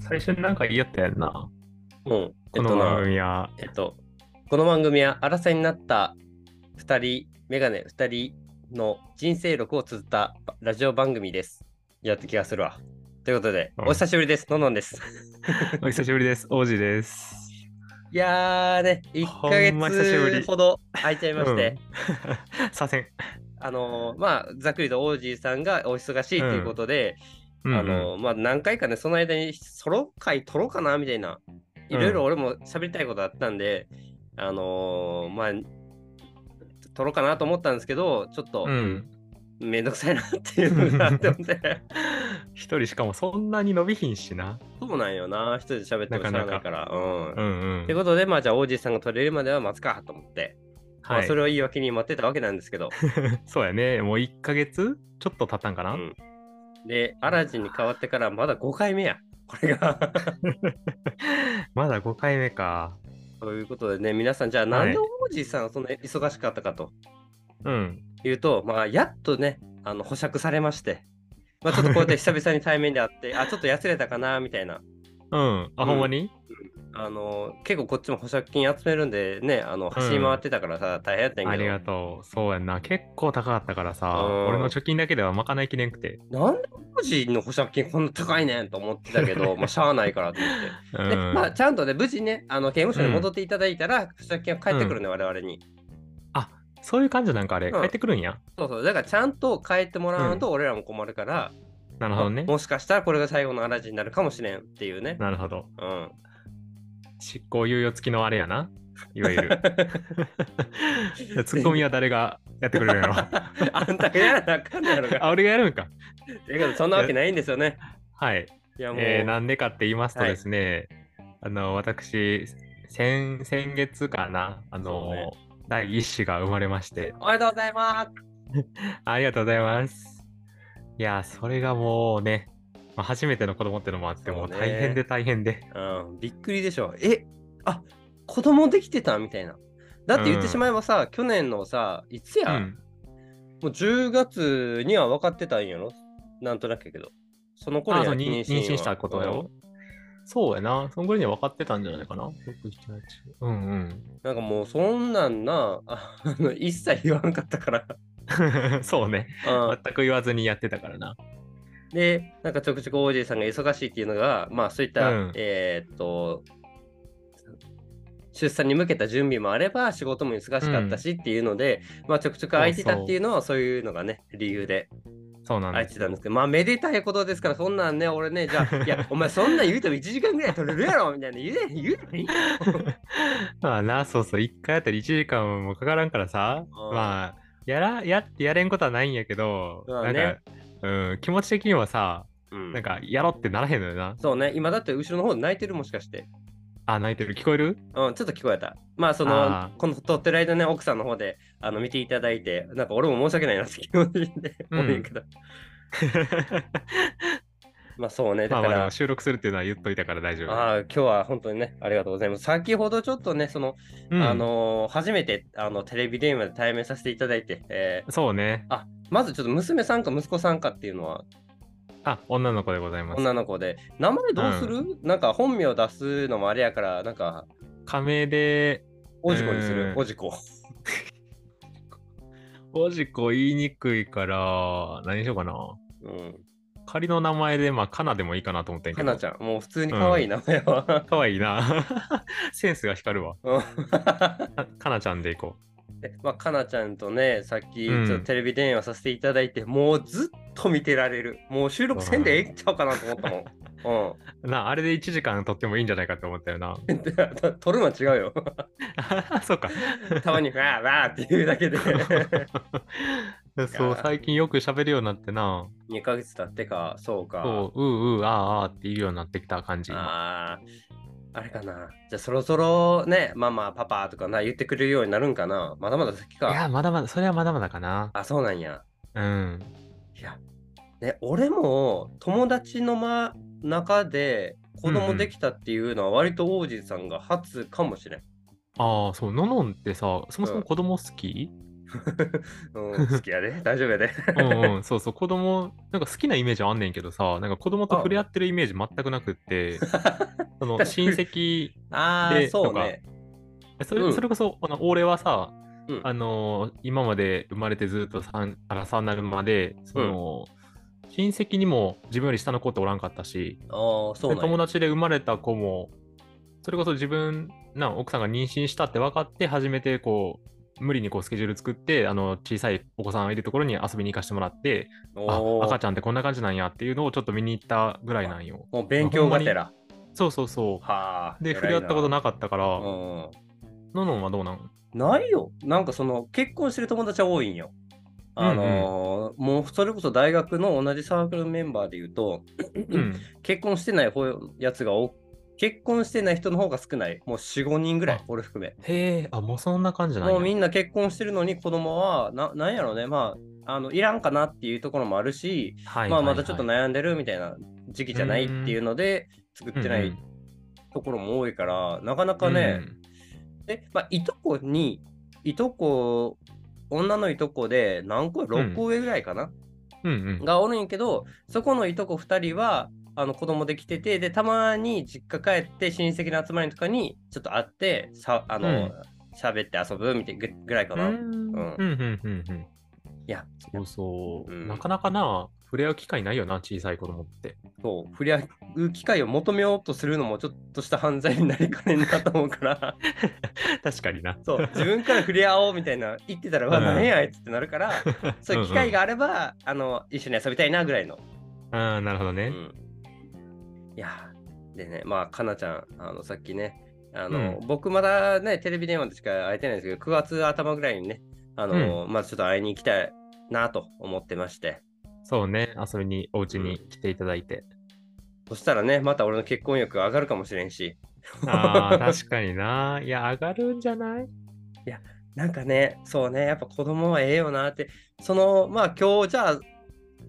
最初になんか言いよったやんな。うん。この番組は。えっとなえっと、この番組は荒さになった2人、メガネ2人の人生録を綴ったラジオ番組です。やった気がするわ。ということで、うんお久しぶりです。のんのんです。 お久しぶりです。王子です。いやーね、1ヶほんま久しぶり月ほど空いちゃいまして、うん。 左遷。あのーまあ、ざっくりと王子さんがお忙しいということで、うんうんあのーまあ、何回かね、その間にソロ回撮ろうかなみたいな、いろいろ俺も喋りたいことあったんで、あのーまあ、撮ろうかなと思ったんですけど、ちょっとうん。めんどくさいなっていうのが あって、一人しかもそんなに伸びひんしな。そうなんよな、一人で喋ってもしゃあないから。うんう。んうんって。ことで、まあ、じゃあ、王子さんが撮れるまでは待つかと思って、まあ、それを言い訳に待ってたわけなんですけど、そうやね。もう1ヶ月ちょっと経ったんかな、うんで、アラジンに変わってからまだ5回目や、これが。 まだ5回目か。ということでね、皆さん、じゃあ、はいなんで王子さんはそんな忙しかったかとうん。いうと、まあ、やっとね、あの保釈されまして、まあ、ちょっ とこうやって久々に対面で会って、あ、ちょっとやつれたかな、みたいな。うん。あ、ほんまにあの結構こっちも保釈金集めるんでね、あの走り回ってたからさ、大変やったんやあけりどが、とう。そうやんな。結構高かったからさ、うん俺の貯金だけでは賄いきれんくて。なんで王子の保釈金こんな高いねんと思ってたけ ど、まあしゃあないからと思って。うでん。まあ、ちゃんとね、無事ね、あの刑務所に戻っていただいたら、保釈金は返ってくるね、我々に。そういう感じなんかあれ、うん帰ってくるんや。そうそう、だからちゃんと返ってもらわんと、俺らも困るから、なるほどね。もしかしたらこれが最後のアラジンになるかもしれんっていうね。なるほど。うん。 執行猶予付きのあれやな。いわゆ る。ツッコミは誰がやってくれるんやろあんたがやらなあかんのやろあ、が。俺がやるんか。ということでそんなわけないんですよね。はい。いやもう、えーなんでかって言いますとですね、あの私先先月かなあその、うね第一子が生まれましておめでとうございます。ありがとうございますいやそれがもうね、まあ、初めての子供ってのもあってそうねもう大変で大変でうん、びっくりでしょ。え、あ子供できてたみたいな。だって言ってしまえばさ、去年のさ、いつうや、んもう10月には分かってたんやろなんとなくやけど。その頃あにそはう妊娠はしたことやろ、そうやなそんぐらいには分かってたんじゃないかな6 7 8うんうんうんなんかもうそんなんな、ああの一切言わんかったから。 そうねうん全く言わずにやってたからなで、なんかちょくちょくおじいさんが忙しいっていうのが、まあそういった、うんえーっと、出産に向けた準備もあれば仕事も忙しかったしっていうので、まあちょくちょく空いてたっていうのはそういうのがね理由でそうなん空いでてすたんですけどまあめでたいことですからそんなんね俺ねじゃあ いやお前そんなん言うても1時間ぐらい取れるやろみたいな言うて言うていいまあな、そうそう、1回あたり1時間もかからんからさ、うんまあ、やら、やってやれんことはないんやけど、そうなだんねか、うん、気持ち的にはさ、うんなんか、やろってならへんのよな。そうね、今だって後ろの方で泣いてるもしかして。あ、泣いてる、聞こえ るうん、ちょっと聞こえた。まあ、そあのー、この撮ってる間ね、奥さんの方であの見ていただいて、なんか俺も申し訳ないなって気持ちでうん思うんやけど。まあそうね、だまあかまあ、ら、であも収録するっていうのは言っといたから大丈夫。あー今日は本当にね、ありがとうございます。先ほどちょっとね、その、うんあ、のー初めてあのテレビ電話で対面させていただいて、えーそうね。まずちょっと娘さんか息子さんかっていうのはあ、女の子でございます。女の子で、名前どうする、なんか本名出すのもあれやから、なんか、仮名で、おじこにするう、んおじこ。おじこ言いにくいから、何しようかな。うん仮の名前で、まあ、かなでもいいかなと思ってんけかど。なちゃん、もう普通に可愛い名前は。かわいいな。 センスが光るわ。 うんかかなちゃんでいこでまあ、かなちゃんとね、さっきちうんょっとテレビ電話させていただいて、もうずっと見てられる。もう収録せんでええんちゃうかなと思った もん。う。なあ、れで1時間撮ってもいいんじゃないかって思ったよな。 うん、でと撮るのは違うよ。 そうか。たまに、わーわーっていうだけで。 そう、最近よく喋るようになってな。 2ヶ月経ってか、そうか。そう、うう、あーあーって言うようになってきた感じ。今あーあれかな。じゃあそろそろね、ママ、パパとかな、言ってくれるようになるんかな。まだまだ先いか。や、まだまだ、それはまだまだかな。あ、そうなんや。うん。いや、ね、俺も友達の、ま、中で子うんう供んできたっていうのは割と王子さんが初かもしれん。ああ、そう、ののんってさ、そもそうもん子供好き、 うん、好きやで、大丈夫やで。うんうん、そうそう、子供、なんか好きなイメージはあんねんけどさ、なんか子供と触れ合ってるイメージ全くなく って、その確か親に戚、ああ、でそうね。それ,、うんそれこそ、あの俺はさ、うんあのー今まで生まれてずっと3から3になるまで、その、親戚にも自分より下の子っておらんかったし、ああ、そうでね。友達で生まれた子も、それこそ自分な奥さんが妊娠したって分かって、初めてこう、無理にこうスケジュール作って、あの小さいお子さんがいるところに遊びに行かせてもらって、あおー赤ちゃんってこんな感じなんやっていうのをちょっと見に行ったぐらいなんよ。もう勉強がてら。そうそうそはあ。う。で、触れ合ったことななかったから、いな。うんののんはどうなのないよ。なんかその結婚してる友達は多いんよ。あのーもうそれこそ大学の同じサークルメンバーで言うと、うん。結婚してない方やつが多結婚してない人の方が少ない。もう4、5人ぐらいあ、俺含め。へえ、あ、もうそんな感じなんや。もうみんな結婚してるのに子供は、ななんやろね、まあ、あのいらんかなっていうところもあるし、はいまあ、はいはまいだちょっと悩んでるみたいな時期じゃないっていうので、作ってなういんところも多いから、なかなうかんね、で、まあ、いとこに、いとこ、女のいとこで何個、6個上ぐらいかな、うんうん。がおるんやけど、そこのいとこ2人は、あの子供できてて、で、たまに実家帰って親戚の集まりとかにちょっと会って、さあうのん、喋、って遊ぶみたいぐぐらいかうな。いんうんうんうんうん。や、そうそう、うんなかなかな、触れ合う機会ないよな、小さい子供っ て。そう、触れ合う機会を求めようとするのもちょっとした犯罪になりかねんなと思 うから、確かにな。そう、自分から触れ合おうみたいな言ってたら、うわ、うん何やあいつってなるから、そういう機会が。があれば、あの一緒に遊びたいなぐらいの。ああ、なるほどうね。ん、いやーでねまあかなちゃんあのさっきねあの、う僕まだねテレビ電話でしか会えてないんですけど9月頭ぐらいにねあの、まあちょっと会いに行きたいなと思ってましてそうね、遊びに、お家に来ていただいて。そしたらねまた俺の結婚欲上がるかもしれんしあ あ、確かにな。いや、上がるんじゃないなんかねそうねやっぱ子供はええよなってそのまあ今日じゃあ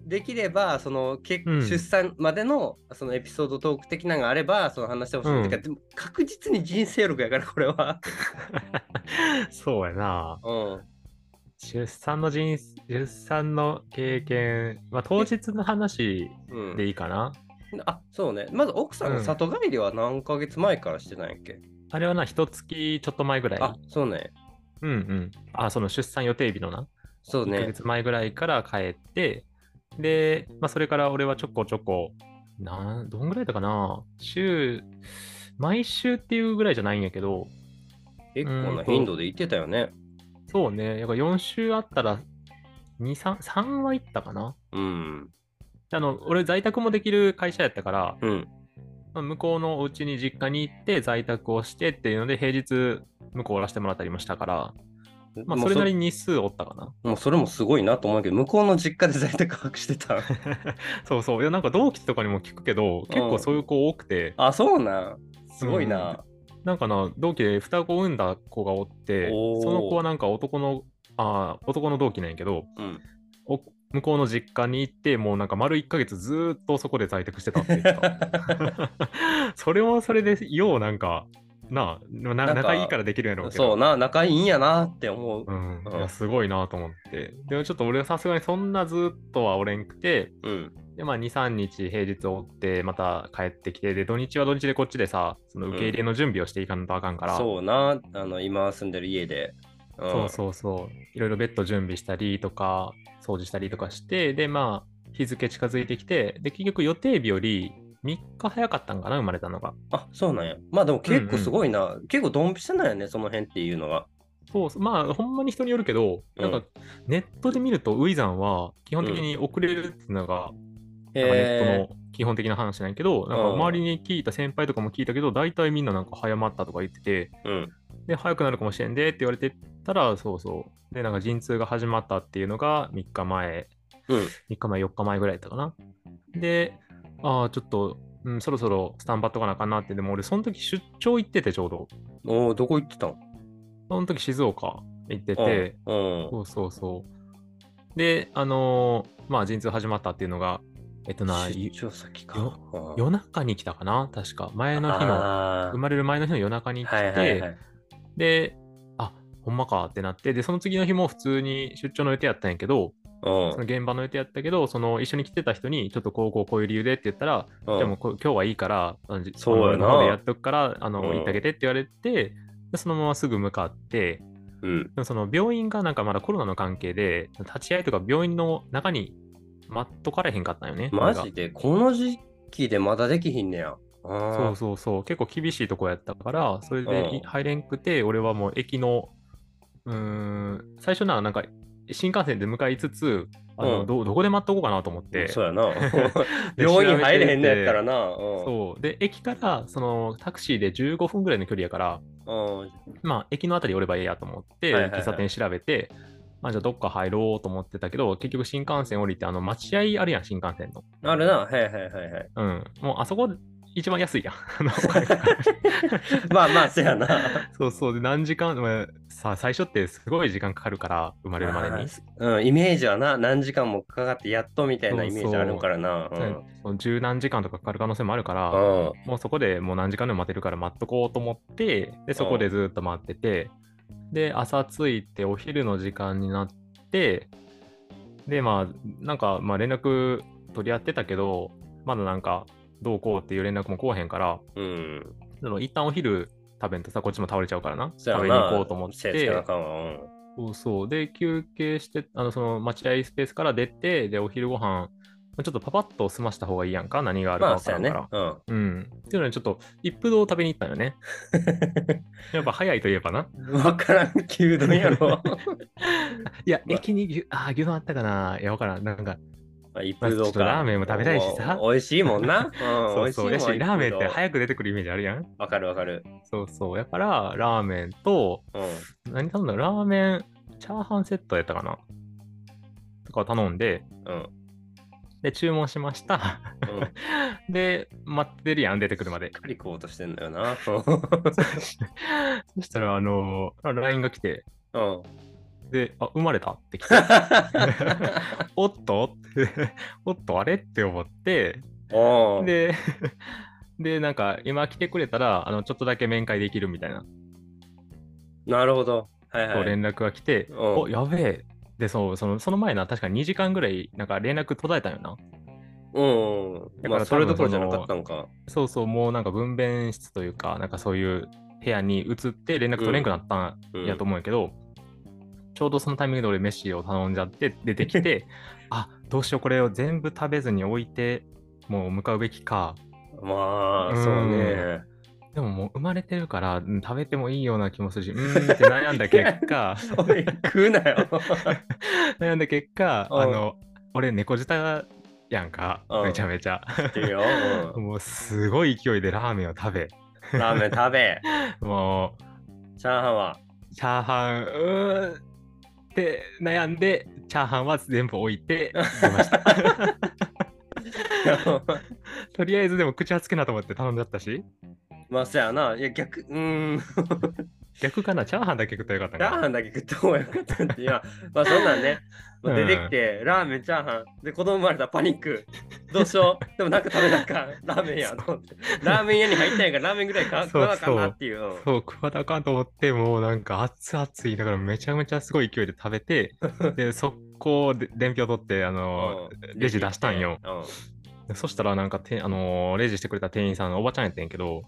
できればその結うん出産までのそのエピソードトーク的なのがあればその話してほしい、うんてかでも確実に人生力やからこれはそうやな。うん出産の人生出産の経験、まあ、当日の話うんでいいかな、あそうねまず奥さんうがん里帰りは何ヶ月前からしてないっけ、あれはな一月ちょっと前ぐらいあそうねうんうんあその出産予定日のな、そう1ヶね月前ぐらいから帰ってで、まあ、それから俺はちょこちょこなんどんぐらいだかな週毎週っていうぐらいじゃないんやけど結構うなんと頻度で行ってたよねそうねやっぱ4週あったら23は行ったかなうんあの俺在宅もできる会社やったから、うんまあ向こうのお家に実家に行って在宅をしてっていうので平日向こうおらしてもらったりもしたから、まあ、もそうれそなりに日数おったかなもうそれもすごいなと思うけど向こうの実家で在宅把握して たそうそういやなんか同期とかにも聞くけど結構そういう子多くて、あそうなんすごいな、なんかな同期で双子を産んだ子がおっておーその子はなんか男のあー男の同期なんやけどうんお向こうの実家に行ってもうなんか丸1ヶ月ずーっとそこで在宅してたって言 ってたそれはそれでようなんかなあななんか仲いいからできるんやろうけど そうな仲いいんやなって思ううんうんいやすごいなと思って。でもちょっと俺はさすがにそんなずっとはおれんくて、うんで、まあ2、3日平日おって、また帰ってきて、で、土日は土日でこっちでさ、その受け入れの準備をしていかんとあかんから、そうなあの今住んでる家で、うんそうそうそういろいろベッド準備したりとか、掃除したりとかして、で、まあ日付近づいてきて、で、結局予定日より3日早かったんかな、生まれたのが。あそうなんやまあでも結構すごいな、結構ドンピシャなんやねその辺っていうのがそうそうまあほんまに人によるけど、うんなんかネットで見るとウイザンは基本的に遅れるっていうのが、なんかネットえの基本的な話なんやけど、なんか周りに聞いた先輩とかも聞いたけど、大体みんななんか早まったとか言ってて、ーうんで、早くなるかもしれんでって言われてたら、そうそう。で、なんか陣痛が始まったっていうのが3日前、うん3日前、4日前ぐらいだったかな。で、ああ、ちょっと、うん、そろそろスタンバっとかなあかんなって、でも俺、その時出張行っててちょうど。おおどこ行ってたんその時静岡行ってて、うんうそんうそうそう。で、あのーまあ、陣痛始まったっていうのが、えっとな、出張先か。ようん夜中に来たかな確か前の日のあー生まれる前の日の夜中に来て、はいはいはい。であほんまかってなって、で、その次の日も普通に出張の予定やったんやけど、うんその現場の予定やったけど、その一緒に来てた人に、ちょっとこうこうこういう理由でって言ったら、うんでもこ今日はいいから、あのじそうやあなの今までやっとくから、あの、うん行ってあげてって言われて、でそのまますぐ向かって、うんでもその病院がなんかまだコロナの関係で、立ち会いとか病院の中に待っとかれへんかったんよね。マなんジかでこの時期でまだできひんねやあーそうそうそう、結構厳しいとこやったから、それうんでい入れんくて、俺はもう駅の、うーん、最初な、なんか新幹線で向かいつつ、あのうんどどこで待っとこうかなと思って。そうやな で病院入れへん調べのててやったらなうんそうで駅からそのタクシーで15分ぐらいの距離やから、うんまあ、駅のあたり寄ればええやと思って、はいはいはい喫茶店調べて、まあ、じゃあどっか入ろうと思ってたけど結局新幹線降りてあの待合あるやん新幹線の、あるなはいはいはいはいうん、もうあそこ一番安いやんあのお金かかるまあまあせやなそうそうで何時間、まあさ最初ってすごい時間かかるから生まれるまでに、うんイメージはな何時間もかかってやっとみたいなイメージあるからなうそうその十何時間とかかかる可能性もあるから、んうんもうそこでもう何時間でも待てるから待っとこうと思って、で、そこでずっと待ってて、で、朝着いてお昼の時間になって、で、まあ、なんか、まあ連絡取り合ってたけど、まだなんか、どうこうっていう連絡も来おへんから、うんその一旦お昼食べんとさ、こっちも倒れちゃうからな。そや食ろべなに行こうと思っせやせやあて、かんわうんそうそう。で、休憩して、あの、その待合スペースから出て、で、お昼ご飯、ちょっとパパッと済ました方がいいやんか、何があるかまあ分そかうやらんかねら。うんうん。っていうのにちょっと一風堂を食べに行ったよね。 やっぱ早いといえばな。 わからん牛丼や ろ。いや、まあ駅に牛、ああ、牛丼あったかな。いや、わからん。なんか、まあ、一まあちょっとラーメンも食べたいしさお美味しいもんな。うん、 そうそう。美やし、味しいもん。ラーメンってい。早く出てくるイメージあるやん。わかるわかる。そうそう。やから、ラーメンと、うん。何頼んだラーメン、チャーハンセットやったかな。とかを頼んで、うん。で、注文しました。 うん。しで、待ってるやん、出てくるまでっ。かり食おうとしてんだ よな。そしたら、あのー、LINE が来て、うん。で、あ、生まれたって 来て、おっと って、おっと、あれって思って、うん。で、で、なんか、今来てくれたら、あの、ちょっとだけ面会できるみたいな、なるほど。はいこうはい。連絡が来て、うんお、やべえ。で、そう、その、その前な、確か2時間ぐらい、なんか連絡途絶えたんよな。うんうん。だからまあ、それどころじゃなかったんか。そうそう、もうなんか分娩室というか、なんかそういう部屋に移って連絡取れんくなったんうんやと思うんやけど、ちょうどそのタイミングで俺飯を頼んじゃって出てき てあどうしようこれを全部食べずに置いてもう向かうべきかまあ、うんそうね。でももう生まれてるから、うん食べてもいいような気もするし、うーんって悩んだ結 果、おい、食うなよ。悩んだ結果、うんあの、俺猫舌やんか、うんめちゃめちゃ。っていうよ。うんもうすごい勢いでラーメンを食べ、ラーメン食べ。もチャーハンは。 う、チャーハン、うーんって悩んで、チャーハンは全部置いて、出ました。とりあえずでも口はつけなと思って頼んじゃったし、まあ、そやな。いや、逆、うーん。逆かな、チャーハンだけ食ったらよかったんラーかハンだけ食った方がよかったって 今、まあそんなんね、まあ、う出んてきて、ラーメン、チャーハン、で子供生まれたらパニック、どうしよう、でもなんか食べなあかん、ラーメンやと思って、ラーメン屋に入ったんやから、ラーメンぐらいか食そうわなあかんなっていう。うんな。そう、食わなあかんと思って、もうなんか熱々言いながらめちゃめちゃすごい勢いで食べ て、で、速攻で伝票取って、あのうんレジ出したんよ。うそしたらなんかて、あのーレジしてくれた店員さんのおばちゃんやってんけど、んうん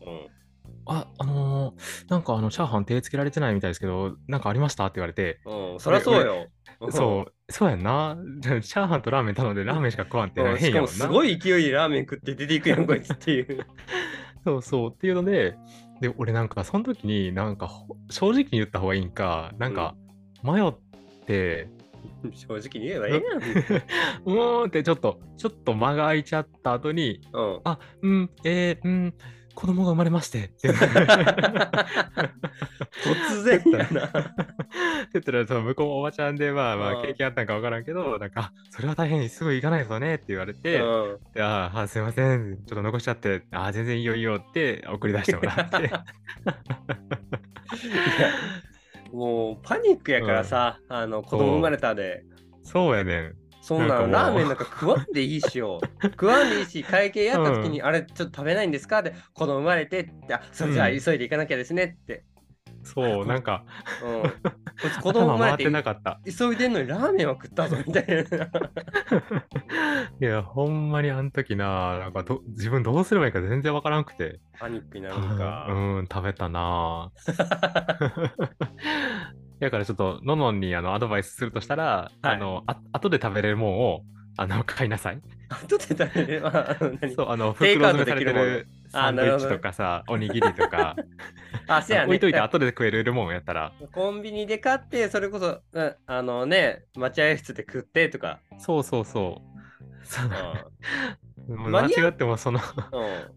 あ、あのーなんかあの、チャーハン手つけられてないみたいですけど、なんかありましたって言われて、うん、そりゃそうよ。そう、そうやんな。 チャーハンとラーメン頼んでラーメンしか食わんってうん。うん変しやかももんな。すごい勢いでラーメン食って出ていくやんこいつって いう。そうそう。っていうので、で、俺なんか、その時になんかほ、正直に言った方がいいんか、なんか、迷って、正直に言えばええやん。うーんってちょっと、ちょっと間が空いちゃった後に、うん あ、うん、えー、うん、子供が生まれまして。って言って突然や な。って言ったら、その向こうもおばちゃんで、まあまうあ、ん経験あったんか分からんけど、なんか、あそれは大変すぐ行かないとねって言われて、うんであーあー、すいません、ちょっと残しちゃって、あー全然いいよいいよって送り出してもら って。 もうパニックやからさ、あの子供生まれたでそうやねん。そんなのなラんかもうーメンなんか食わんでいいし よ食わんでいいし会計やった時に、あれちょっと食べないんですかって子供生まれてってあそれじゃあうん急いで行かなきゃですねって、そう、なんか、 うん、こいつ子供頭生ま回れっててなかった。急いでんのにラーメンは食ったぞみたい な。いや、ほんまにあの時な、なんかど自分どうすればいいか全然わからんくて、パニックにななるんんかか、。うん、食べたな ぁだからちょっと、ののんにあのアドバイスするとしたら、はいあの、あ後で食べれるもんを、あの、買いなさい。後で食べれば、あの何そう、あの、テイク袋アウ詰トめされてできるるサンドイッチとかさ、おにぎりとか、あ、 せやね。置いといて後で食えるもんやったら、コンビニで買って、それこそ、うんあのね、待合室で食ってとか。そうそうそう。そううもう間 間に合違ってもその、ん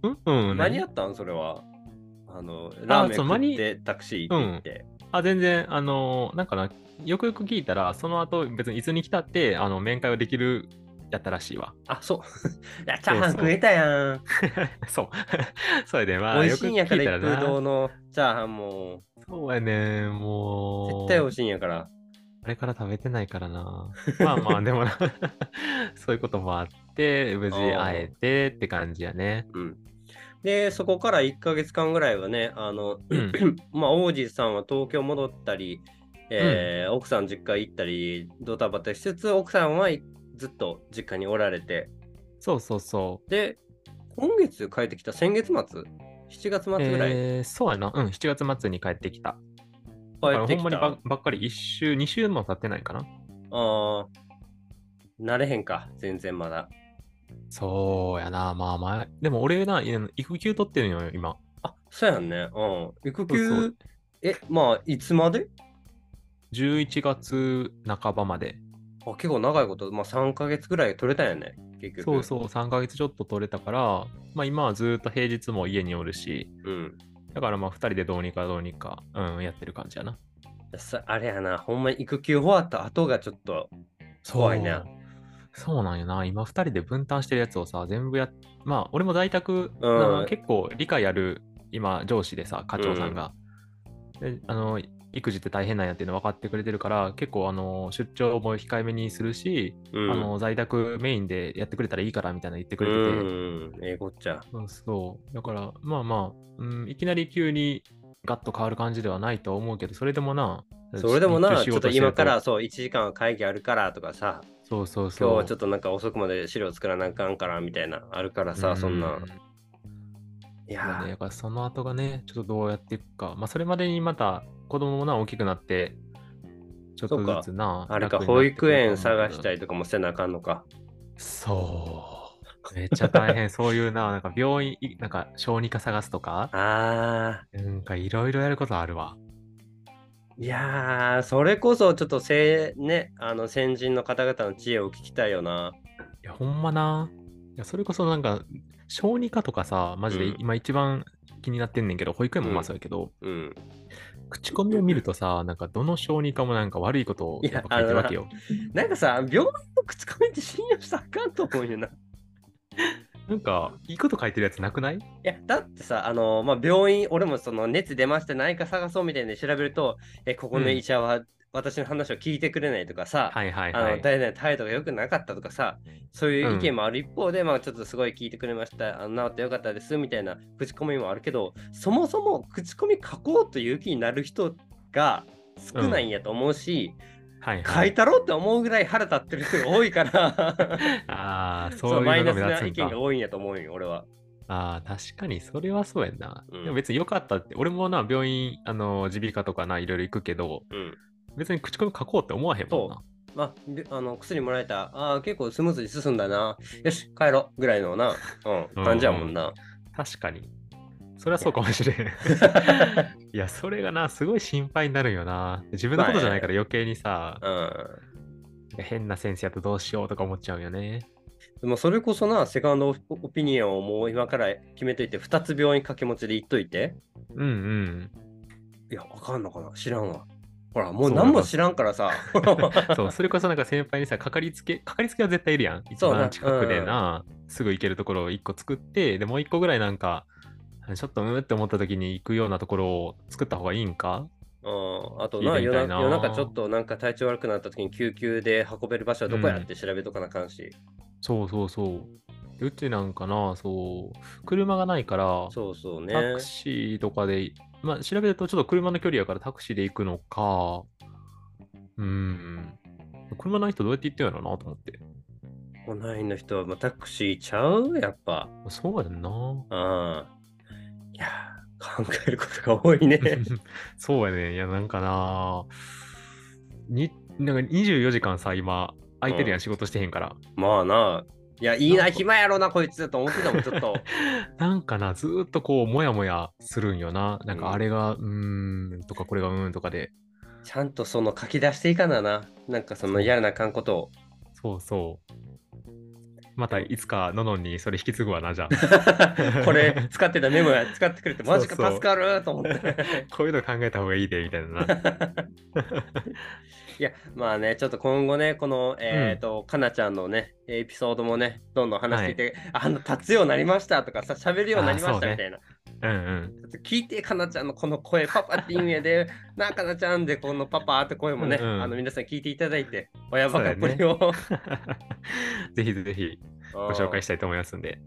うん、ううんん、間何に合ったんそれは。あの、ラーメンそう間食っにてタクシー行って行って。あ、全然、あのーなんかな、よくよく聞いたら、その後、別にいつに来たって、あの、面会はできるやったらしいわ。 あ、そう。 いや、チャーハンそうそう食えたやん。そう。 それで、まあ、美味しいんやから、よく聞い一風た堂らな。のチャーハンも、そうやね、も絶う。対美味しいんやから。あれから食べてないから な。まあまあ、でもな、 そういうこともあって、無事会えてって感じやね。うん。で、そこから1ヶ月間ぐらいはね、あの、うん。まあ、王子さんは東京戻ったり、えー奥さん実家行ったり、ドタバタしつつ、奥さんはいずっと実家におられて、そうそうそう。で、今月帰ってきた先月末 ?7 月末ぐらい帰えーそうやな。うん、7月末に帰ってきた。っほてんきまにた。ばばっかり1週、2週も経ってないかな。あー慣れへんか、全然まだ。そうやな、まあまあ。でも俺な、いや育休取ってるのよ、今。あ、そうやんね。うん。育休、そうそうえ、まあ、いつまで11月半ばまで。あ結構長いこと、まあ、3ヶ月ぐらい取れたんやね、結局。そうそう、3ヶ月ちょっと取れたから、まあ今はずっと平日も家におるし、う。うん。だからまあ2人でどうにかどうにか、うん、やってる感じやな。さあれやな、ほんまに育休終わった後がちょっとそう怖いね。そうなんよな。今2人で分担してるやつをさ、全部やっ、まあ俺も在宅な、うん結構理解ある、今上司でさ、課長さんが。であの育児って大変なんやっていうの分かってくれてるから結構あの出張も控えめにするし、うん。あの在宅メインでやってくれたらいいからみたいなの言ってくれてうて、ん。ええこっちゃ。そうそうだからまあまあ、うん、いきなり急にガッと変わる感じではないとは思うけどそれでもなそれでもな、日中ち仕ょっと事してる今からそう、1時間は会議あるからとかさ、そうそうそう今日はちょっっとなんか遅くまで資料作らなあかんからみたいな、あるからさ、そんな。いやね、ーだからその後がねちょっとどうやっていくかまあそれまでにまた子供もな大きくなってちょっとずつなあれか、楽にな保ってく育る園と思うけど探したりとかもせなあかんのか。そうめっちゃ大変そういうななんか病院いなんか小児科探すとかあなんかいろいろやることあるわー、いやー、それこそちょっとせい、ね、あの先人の方々の知恵を聞きたいよな。いや、ほんまな。いや、それこそなんか、小児科とかさ、マジうんで今一番気になってんねんけど、保育園もうんまあそうやけど、うん。口コミを見るとさ、なんかどの小児科もなんか悪いことをいややっぱ書いてるわけよ。なんかさ、病院の口コミって信用したらあかんと思うよな。い なんか、いいこと書いてるやつなくないや、だってさ、あの、まあ、病院、俺もその熱出まして内科探そうみたいに調べると、え、ここのうん医者は私の話を聞いてくれないとかさ、はいはいあはのい。誰々態度が良くなかったとかさそういう意見もある一方で、まあちょっとすごい聞いてくれましたあの治ってよかったですみたいな口コミもあるけどそもそも口コミ書こうという気になる人が少ないんやと思うし、はい書はいい。たろうって思うぐらい腹立ってる人が多いからああ、 そ うそうマいイうナのスがな目意立つん見がか。多いんやと思うよ俺は。ああ、確かにそれはそうやんな。うんでも別に良かったって、俺もな、病院、あの、耳鼻科とかな、いろいろ行くけど、うん別に口コミ書こうって思わへんもんな。まあ、であの薬もらえたあー結構スムーズに進んだなよし帰ろうぐらいのな、 うん、感じやもんな。 確かに。それはそうかもしれん。いや、それがな、すごい心配になるよな。自分のことじゃないから余計にさ、うん変な先生やとどうしようとか思っちゃうよね。でもそれこそな、セカンドオピニオンをもう今から決めといて、2つ病院掛け持ちで言っといて。うんうん。いや、わかんのかな知らんわ。ほら、もう何も知らんから さ。そう、それこそなんか先輩にさ、かかりつけ、かかりつけは絶対いるやん。一そうな番近くでな、すぐ行けるところを1個作って、でもう1個ぐらいなんか、ちょっとうーって思った時に行くようなところを作った方がいいんかうん、あと聞な、いてみた夜ないな夜中ちょっとなんか体調悪くなった時に救急で運べる場所はどこやうんって調べとかなあかんし。そうそうそう。うちなんかな、そう、車がないから、そうそうね。タクシーとかで、まあ、調べるとちょっと車の距離やからタクシーで行くのか、うん、車ない人どうやって行ってんやろうなと思って。ないの人は、まあ、タクシーちゃうやっぱ。そうやん な。 うん。いやー、考えることが多 いね。そうやね。いや、なんかな、になんか24時間さ、今、空いてるやうんん、仕事してへんから。 まあな。いや、いいなな、んか暇やろな、こいつと思ってたもん、ちょっと。なんかな、ずーっとこう、もやもやするんよな。なんうんか、あれが、うーん、とか、これが、うーん、とかで。ちゃんとその書き出していかなな。なんかそのやらなあかんこ とを。そうそう。また、いつか、ののんにそれ引き継ぐわな、じゃあ。これ使ってたメモや使ってくれてマジかそうそう助かると思って。 こういうの考えた方がいいで、みたいなな。いやまあねちょっと今後ねこのえっ、と、かなちゃんのねエピソードもねどんどん話していって、あの立つようになりましたとかさ喋るようになりまあーしそたうねみたいな、うんうん。 ちょっと聞いてかなちゃんのこの声パパって意味でなあかなちゃんでこのパパって声もね、うんうんあの皆さん聞いていただいて親バカっぷりを、 ぜひぜひ、ご紹介したいと思いますんで。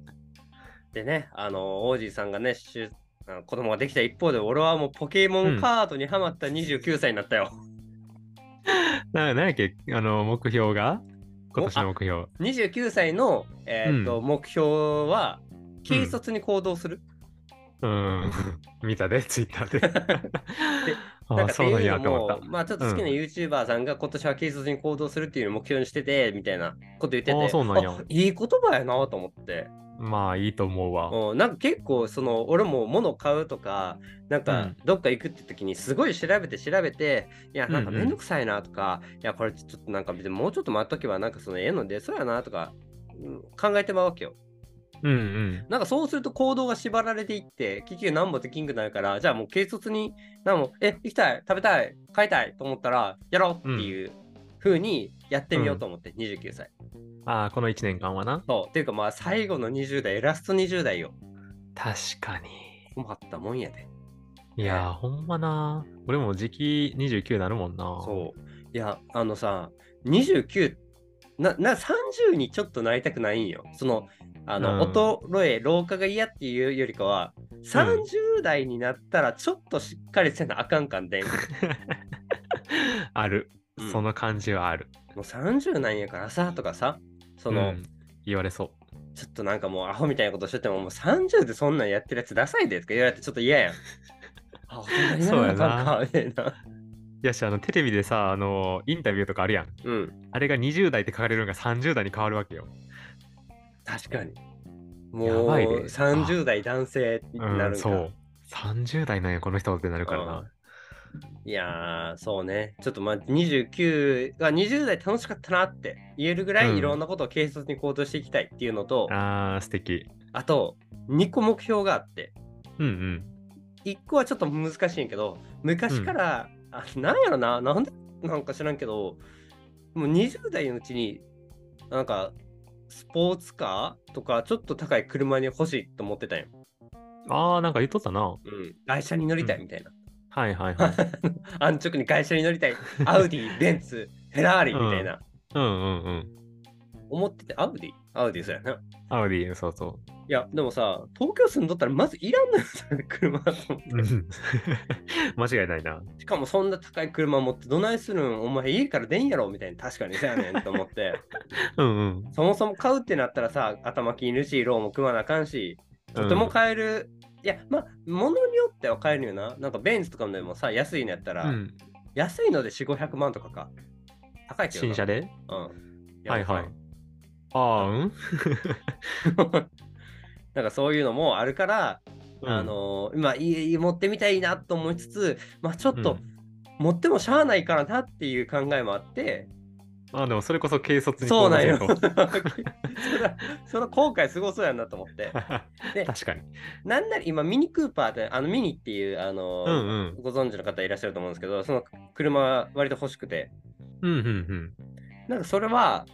でね、あの、オージーさんがね、しゅあの子供ができた一方で、俺はもうポケモンカードにハマった29歳になったよ。ななんやっけ、あの、目標が今年の目標。 29歳の、えーと目標は、軽率に行動する。うん。 見たで、ツイッターで。 あーなんかってそうなんいうやのと思もっ、まあちょっと好きなうん YouTuber さんが今年は軽率に行動するっていうのを目標にしてて、みたいなこと言ってて、あーそうなんやあいい言葉やなと思って。た。まあ、いいと思うわ。うん、なんか結構その俺も物買うとかなんうかんどっか行くって時にすごい調べて調べていやなんかうんうんめんどくさいなとか、いやこれちょっとなんか別にもうちょっと待っとけばなんかその絵の出そうやなとかうん考えてまうわけようんうん。なんかそうすると行動が縛られていって結局何もできんくなるからじゃあもう軽率になんもえ行きたい食べたい買いたいと思ったらやろうっていう風にやってみようと思って、29歳ああ、この1年間はな。そうっていうかまあ最後の20代ラスト20代よ確かに。困ったもんやでいやー、ほんまな。俺も時期29なるもんな。そう。いや、あのさ、29な、な、30にちょっとなりたくないんよ。その、あの、うん衰え、老化が嫌っていうよりかは、30代になったらちょっとしっかりせなあかん かんで、 あるうん。その感じはある。もう30なんやからさ、とかさ、その、うん言われそちょっとなんかもうアホみたいなことしてても、もう30でそんなんやってるやつダサいでとか言われてちょっと 嫌やん。あ、大人にならなあかんか、みたいな。う。いやし、あの、テレビでさ、あの、インタビューとかあるやん。うん、あれが20代って書かれるのが30代に変わるわけよ。確かに。やもうばいで30代男性にうん、なるんか。そう。30代なんや、この人ってなるからな。いやー、そうね。ちょっとまあ、29が20代楽しかったなって言えるぐらうんいいろんなことを軽率に行動していきたいっていうのと、ああ、素敵。あと、2個目標があって、うん1個はちょっと難しいんやけど、昔から、あなんやろな、なんでなんか知らんけど、もう20代のうちに、なんか、スポーツカーとか、ちょっと高い車に欲しいと思ってたんよ。うん。ああ、なんか言っとったな。うん。外車に乗りたいみた いな。はいはい はい。安直に外車に乗りたい。アウディ、ベンツ、フェラーリみたいな。うんうんうん。思ってて、アウディアウディそうやな。いアウディ、そうそや、でもさ、東京住んどったらまずいらんのよ、 それ車と思う。うっん 間違いないな。て。しかもそんな高い車持ってどないするんお前家から出んやろみたいな、確かにそうやねんと 思って。うんうん。そもそも買うってなったらさ、頭金いるし、ローンも組まなあかんし、とても買える。いや、まあ、物によっては買えるよな。なんかベンツとかでもさ、安いのやったら、うん、安いので4、500万とかか。高いけど新な。車でうん。はいはい。ああ、うん、 なんかそういうのもあるから、あのー今いい持ってみたいなと思いつつ、まあ、ちょっうとん持ってもしゃあないからなっていう考えもあって、 あでもそれこそ軽率にそ行動うなんせよよそとらそら後悔すごそうやなと思って で確かに。なんなら今ミニクーパーであのミニっていう、あのうーんうん。ご存知の方いらっしゃると思うんですけどその車は割と欲しくてうんうんなんかそれは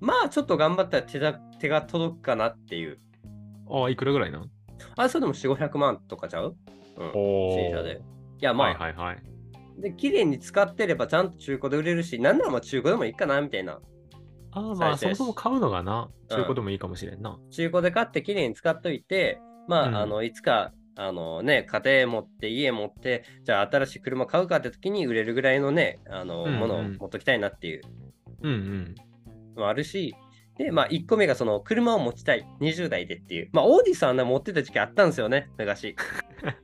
まあちょっと頑張ったら手だ手が届くかなっていううん。ああ、いくらぐらいなあそれでも4500万とかちゃう、うん、おー新車で。いやまあ、はいはいはい。で綺麗に使ってればちゃんと中古で売れるし、なんならまあ中古でもいいかなみたいな。ああ、まあ、そ再生もしそも買うのがな、うん中古でもいいかもしれんな。中古で買ってきれいに使っといて、まあ、うんあのいつかあの、ね、家庭持って家持ってじゃあ新しい車買うかって時に売れるぐらいのねあの、うんうんものを持っときたいなっていううんうん。のもあるしで、まあ、1個目がその車を持ちたい20代でっていう、まあ、オーディさんな持ってた時期あったんですよね昔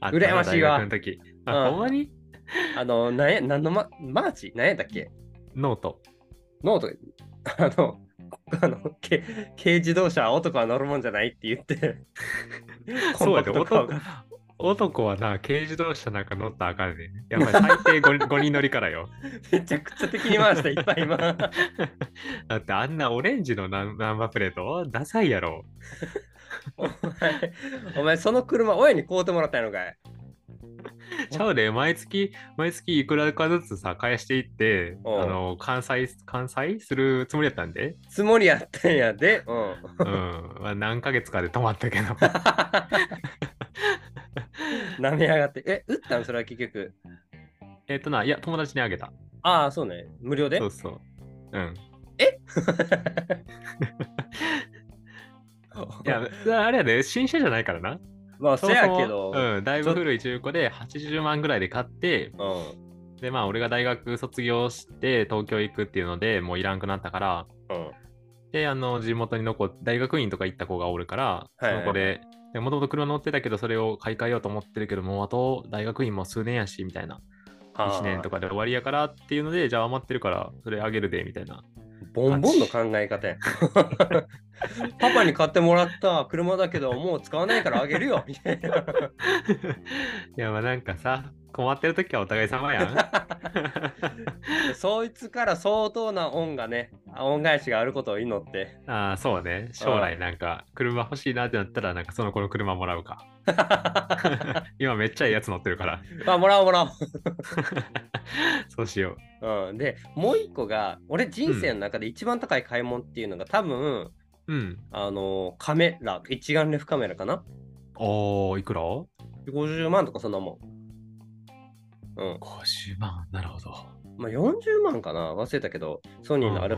あったな羨ましいわ大学の時うあ、んほんまにあのなんやなんのママーチ何やったっけノート。ノートあのあの軽軽自動車は男は乗るもんじゃないって言って コンそうパやクで、トカー男が男はな、軽自動車なんか乗ったらあかんねん。やっぱり最低 5, 人5人乗 りからよ。めちゃくちゃ敵に回したいっぱい今。だってあんなオレンジのナンナンバープレート、ダサいやろ。お前、お前その車、親に買うてもらったんやのかい。ちゃうで、毎月、毎月いくらかずつさ、返していって、うんあの、完済、完済するつもりやったんで、つもりやったんやで。うん。うん、 まあ何ヶ月かで止まったけど。舐めやがって。え、売ったんそれは結局。えっとな、いや、友達にあげた。ああ、そうね。無料でそうそう。うん。いや、あれやで、新車じゃないからな。まあ、そせもそやもけど。うん、だいぶ古い中古で80万ぐらいで買って、うん。で、まあ、俺が大学卒業して東京行くっていうのでもういらんくなったから、うん。で、あの、地元に残って、大学院とか行った子がおるから、いはいはいその子で、もともと車乗ってたけど、それを買い替えようと思ってるけど、もうあと大学院も数年やし、みたいな。1年とか。かで終わりやからっていうので、じゃあ余ってるから、それあげるで、みたいな。ボンボンの考え方やん。 パパに買ってもらった車だけど、もう使わないからあげるよ。みたいな。いや、まあなんかさ、困ってる時はお互い様やん。 そいつから相当な恩がね、恩返しがあることを祈って。ああ、そうね。将来なんか、車欲しいなってなったら、なんかその子の車もらう か。今めっちゃいいやつ乗ってるから。あ、もらおうもらそうしよおう。うん、で、もう一個が、俺人生の中で一番高い買い物っていうのが、多分、う。うん。あのーカメラ、一眼レフカメラかなおー、いくら ?50 万とかそんなもん。うん。 ?50 万。なるほど。まあ、40万かな忘れたけど、ソニーのうんうん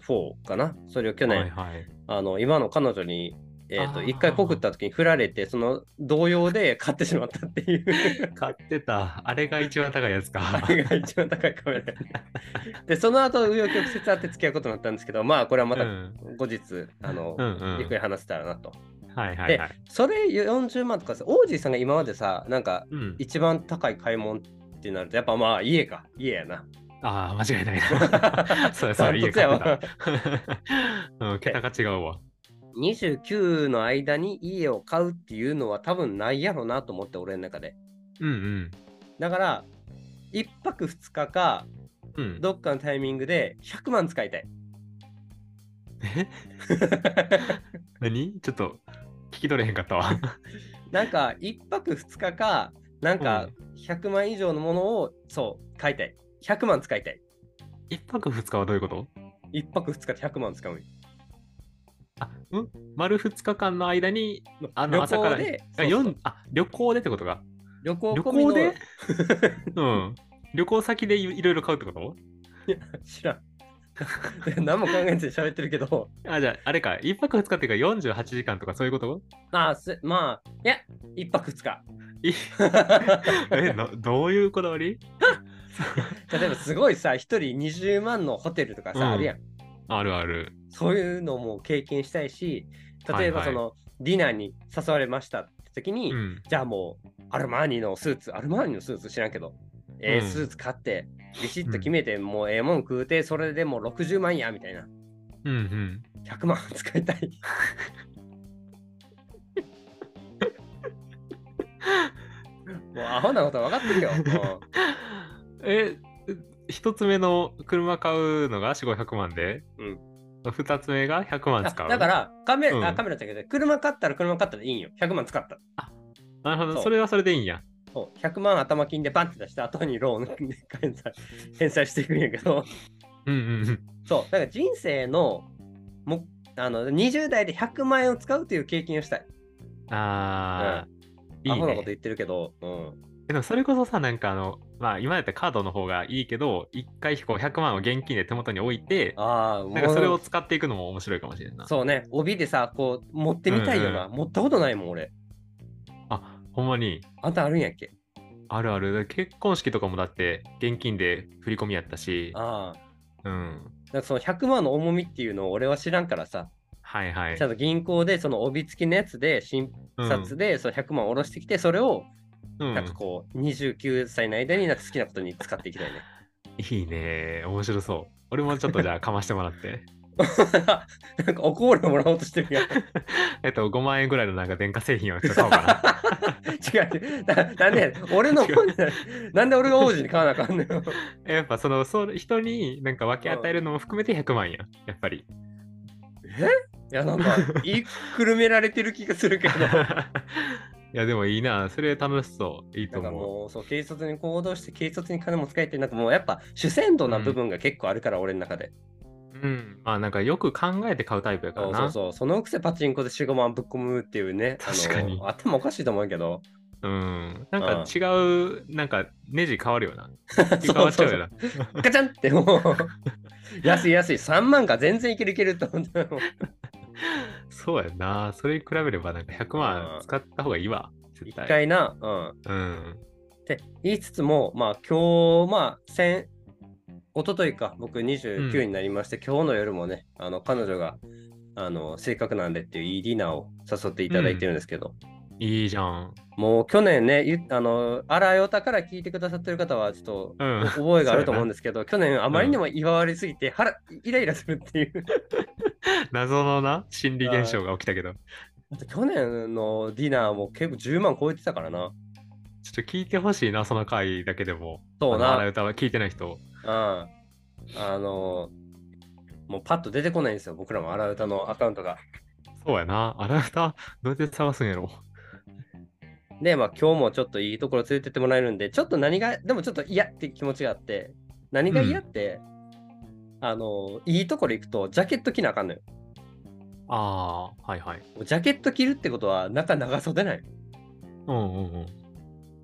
α7-4 かなそれを去年、はいはい。あの、今の彼女に、えっ、あと、ー一回告った時に振られて、その動揺で買ってしまったっていう。買ってた。あれが一番高いやつかあ。れが一番高いカメラ。で、その後、紆余曲折あって付き合うことになったんですけど、まあ、これはまうたん。後日、あのう、んうん。ゆっくり話せたらなと。はいはいはい。それ40万とかさ、王子さんが今までさ、なんかうん、一番高い買い物ってなると、やっぱまあ家か、家やな。 ああ、間違いない な。そうやそうや、家買ってた。 うん、桁が違うわ。 29の間に家を買うっていうのは多分ないやろなと思って、俺の中で。うんうん。だから、1泊2日か、うん、どっかのタイミングで100万使いたい。え何ちょっと聞き取れへんかったわ。なんか1泊2日か、なんか100万以上のものを、そう、買いたい。100万使いたい。 一泊二日はどういうこと1泊2日で100万使うんよあ、うん丸二日間の間に、あ旅の行朝から。であそうよそうんあ旅行でってことか。旅行旅込みの行で うん。旅行先でいいろいろ買うってこと知らん 何も考えずに喋ってるけどあ、じゃあ、あれか、一泊二日っていうか48時間とかそういうこと まあすまあいや1泊2日いえな、どういうこだわり 例えばすごいさ1人20万のホテルとかさ、うんあるやんあるある。そういうのも経験したいし例えばはいはそいの、ディナーに誘われましたって時に、うん。じゃあもうアルマーニのスーツアルマーニのスーツ知らんけどええうんスーツ買ってビシッと決めて、もうええもん食うてそれでもう60万やみたいなうんうん。 100万使いた いもうアホなことは分かって るよ。もえ、一つ目の車買うのが4、500万で、二つ目が100う万あ使う。だからカメラ、うんあカメラじゃなくて車買ったら車買ったでいいんよ。100万使った。なるほど、そうそれはそれでいいんや。そう100万頭金でバンって出した後にローンで返済返済していくんやけど。うんうんうん。そう、だから人生のもあの20代で100万円を使うという経験をしたい。ああ、アいいホなことね。言ってるけど、うん、でもそれこそさ、なんかあの、まあ今だったらカードの方がいいけど、一回こう100万を現金で手元に置いて、ああ、なんもかうそれを使っていくのも面白いかもしれんないな。そうね、帯でさ、こう、持ってみたいよな。う持ったことないもん、俺。あほんまにあんたあるんやっけあるある結婚式とかもだって現金で振り込みやったし、あうあ。ん、なんかその100万の重みっていうのを俺は知らんからさ、はいはいちゃ。んと銀行でその帯付きのやつで、新うん札でその100万下ろしてきて、それをうんなんかこう、29歳の間になんか好きなことに使っていきたいね。 いいね面白そう。俺もちょっとじゃあかましてもらって。 なんかおこぼれもらおうとしてるやん。えっと5万円ぐらいのなんか電化製品をちょっと買おうかな。 違う。ななんで、俺の本じゃないなんで俺が王子に買わなあかんのよ。 やっぱそのそう人になんか分け与えるのも含めて100万やんやっぱり。いや、なんか、言いくるめられてる気が するけど。いやでもいいなそれ楽しそういいなとんか思う。もう、そう、軽率に行動して、軽率に金も使えて、なんかもうやっぱ、主戦度な部分が結構あるから、俺の中で。うん、まあなんかよく考えて買うタイプやからそうな。そうそう。そのくせパチンコで4、5万ぶっ込むっていうね。あの確かに頭おかしいと思う けど。うん、なんか違う、なんかネジ変わるよな。 そう変わっちゃうよな。ガチャンってもう、 安い安い。3万か全然いけるいけると思って。そうやな。それに比べればなんか100う万ん使った方がいいわ。絶一対。回な、うん。うん。って言いつつも、まあ今日、まあ先、一昨日か、僕29になりまして、今日の夜もね、あの彼女が、あの、せっかくなんでっていういいディナーを誘っていただいてるんですけど、いいじゃん。もう去年ね、ゆあの、荒ヨタから聞いてくださってる方は、ちょっと、うん。 覚えがあると思うんで すけど、去年あまりにも祝われすぎて腹、イライラするっていう。 謎のな、心理現象が起きたけど。ちょあと去年のディナーも結構10万超えてたからな。っと聞いてほしいな、その回だけでも。そうあなの。荒歌は聞いてない人。うんあのもうパッと出てこないんですよ、僕らも荒歌のアカウントが。そうやな。荒歌、どうやって探すんやろ。で、まあ今日もちょっといいところ連れてってもらえるんで、ちょっと何が、でもちょっと嫌って気持ちがあって、何が嫌って、あのいいところ行くとジャケット着なあかんのよ。ああ、はいはい。ジャケット着るってことは中長袖ない。うんうんうん。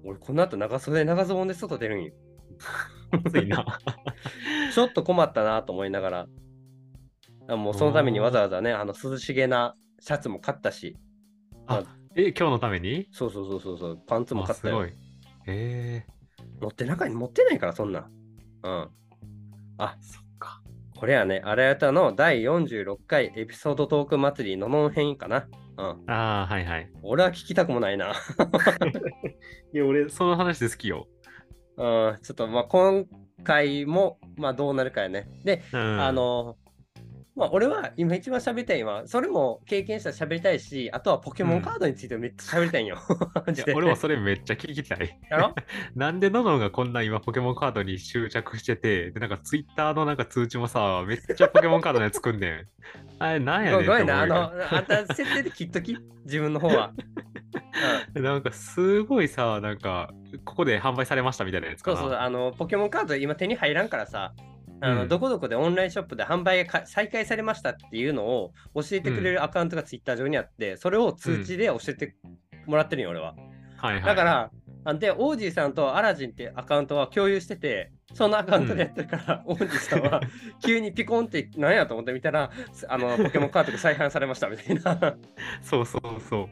俺この後長袖長ズボンで外出るんよ。熱いな。 ちょっと困ったなと思いながら、あもうそのためにわざわざね、あの涼しげなシャツも買ったし、え、今日のためにそうそうそうそうそう、パンツもあ買っすたよご。い。ええ持って中に持ってないからそんなんうんー、そっか。これはねあらやたの第46回エピソードトーク祭りののん編かなうんああ、はいはい。俺は聞きたくもない いなや、俺、その話で好きよ。うんちょっとまあ今回もまあどうなるかやねで、うん、あ、のまあ俺は今一番喋りたいのはそれも経験したら喋りたいしあとはポケモンカードについてもめっちゃ喋りたいんよ、マ い ジやで俺もそれめっちゃ聞きたい。 やろなんでノノがこんな今ポケモンカードに執着してて、で、なんかツイッターのなんか通知もさ、めっちゃポケモンカードのやつ作んねん。 あれ、なんやねんごってご思うよめんなあのあんた設定で切っとき自分の 方は、うんなんかすごいさ、なんか、ここで販売されましたみたいなやつかそうな。そう、あの、ポケモンカード今手に入らんからさ、あのうんどこどこでオンラインショップで販売がか再開されましたっていうのを教えてくれるアカウントがツイッター上にあって、それを通知で教えてもらってるよ、俺は。はいはい。だから、あで、オージーさんとアラジンってアカウントは共有してて、そのアカウントでやってるから、オージーさ んは急にピコンってなんやと思ってみたら、あのポケモンカードが再販されましたみたいな。そうそうそう。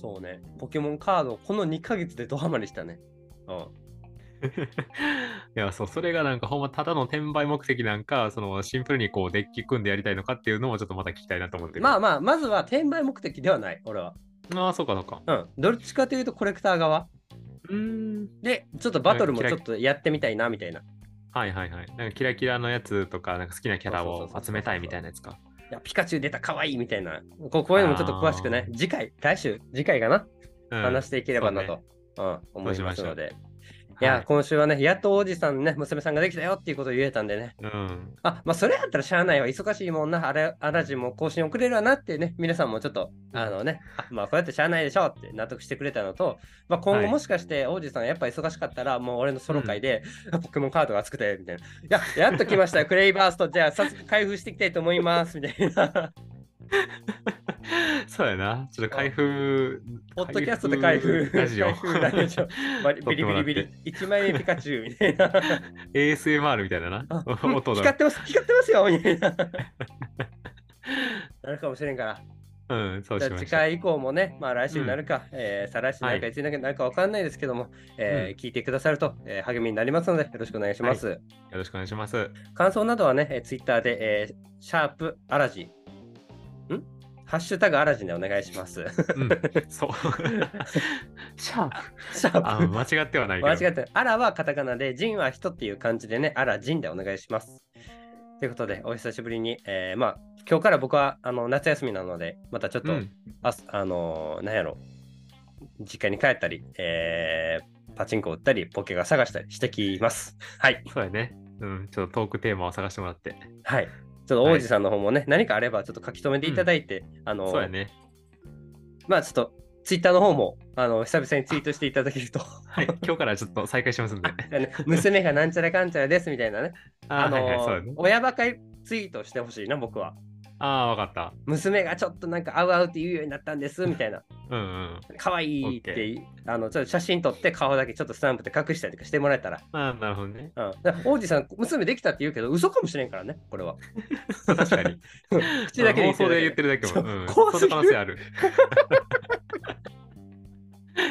そうね、ポケモンカードをこの2ヶ月でドハマりしたね。うんいや、そう、それがなんかほんまただの転売目的なんか、そのシンプルにこうデッキ組んでやりたいのかっていうのもちょっとまた聞きたいなと思ってる。まああ、まあ、まずは転売目的ではない、俺は。ああ、そうかそうか。うん、どっちかというとコレクター側うーん。でちょっとバトルもキちラょっとやってみたいなみたいな。いはいはいはい。なんかキラキラのやつとか、なんか好きなキャラそうそうをそうそう集めたいみたいなやつか。やピカチュウ出たかわいいみたいなこうこういうのもちょっと詳しくねあ次回来週次回かな、うん話していければなとそうう、ん、思いますので。いいや、はい今週はね、やっと王子さんね、娘さんができたよっていうことを言えたんでね。うん。 あ、まあ、それやったらしゃあないわ。忙しいもんな。あれ、あらじも更新遅れるわなってね、皆さんもちょっと、あのね、あまあ、こうやってしゃあないでしょって納得してくれたのと、まあ、今は後いもしかして、王子さんがやっぱ忙しかったら、もう俺のソロ会で、 あポケモンカードが熱くて、みたいな。いや、やっと 来ましたよ、クレイバースト。じゃあ、早速開封していきたいと思います、みたいな。そうやな。ちょっと開封。ポッドキャストで開封。ラジオ。開封ラジオ。バリビリビリビリ。一枚でピカチュウみたいな。 ASMR みたいななあ。 音 光っだ。てます、光ってますよみたいな。 なるかもしれんから。うん、そうじゃしあま次した。回以降もね、まあ来週になるか、えー再来週になるか、はいいつになるかなるかわかんないですけども、えー聞いてくださると、えー励みになりますので、よろしくお願いします。よろしくお願いします。感想などはね、えー、ツイッターで、えーシャープアラジんハッシュタグアラジンでお願いし ます。うん、そう。 シャープ。シャーあ、プ。間違ってはないけど。間違って、アラはカタカナで、ジンは人っていう感じでね、アラジンでお願いします。ということで、お久しぶりに、えーまあ、今日から僕はあの夏休みなので、またちょっと、うん、あすあのーなんやろ実家に帰ったり、えーパチンコ打ったりポケが探したりしてきますはいそうやね。うん、ちょっとトークテーマを探してもらって。はいちょっと王子さんの方もね、何かあればちょっと書き留めていただいて、あのーそうやね。まあちょっとツイッターの方もあの久々にツイートしていただけ ると はい、今日からちょっと再開しますんで。あの娘がなんちゃらかんちゃらですみたいなねああのーはいはい、そうやね。親ばかりツイートしてほしいな僕はああ、わかった。娘がちょっとなんかあうあうって言うようになったんですみたいなうんうん。可愛いってあのちょっと写真撮って顔だけちょっとスタンプで隠したりとかしてもらえたあらあ、なるほど ね。うん、だから王子さん、娘できたって言うけど、嘘かもしれんからね、これは。確かに。口だけで妄想で言ってるるだけそも。ううん、怖そすんぎな可る能性ある。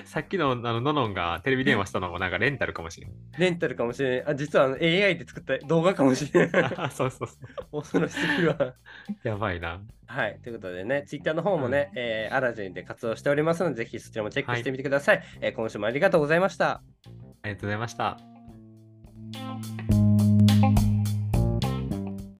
さっきのあのノノンがテレビ電話したのもなんかレンタルかもしれん。だけで。レンタルかもしれない。あ、実はあの AI で作った動画かもし れない。あそうそうそう。恐ろしすぎるわ。やばいな。はい。ということでね、Twitter の方もね、えーアラジンで活動しておりますので、ぜひそちらもチェックしてみてください。えー今週もありがとうございました。ありがとうございました。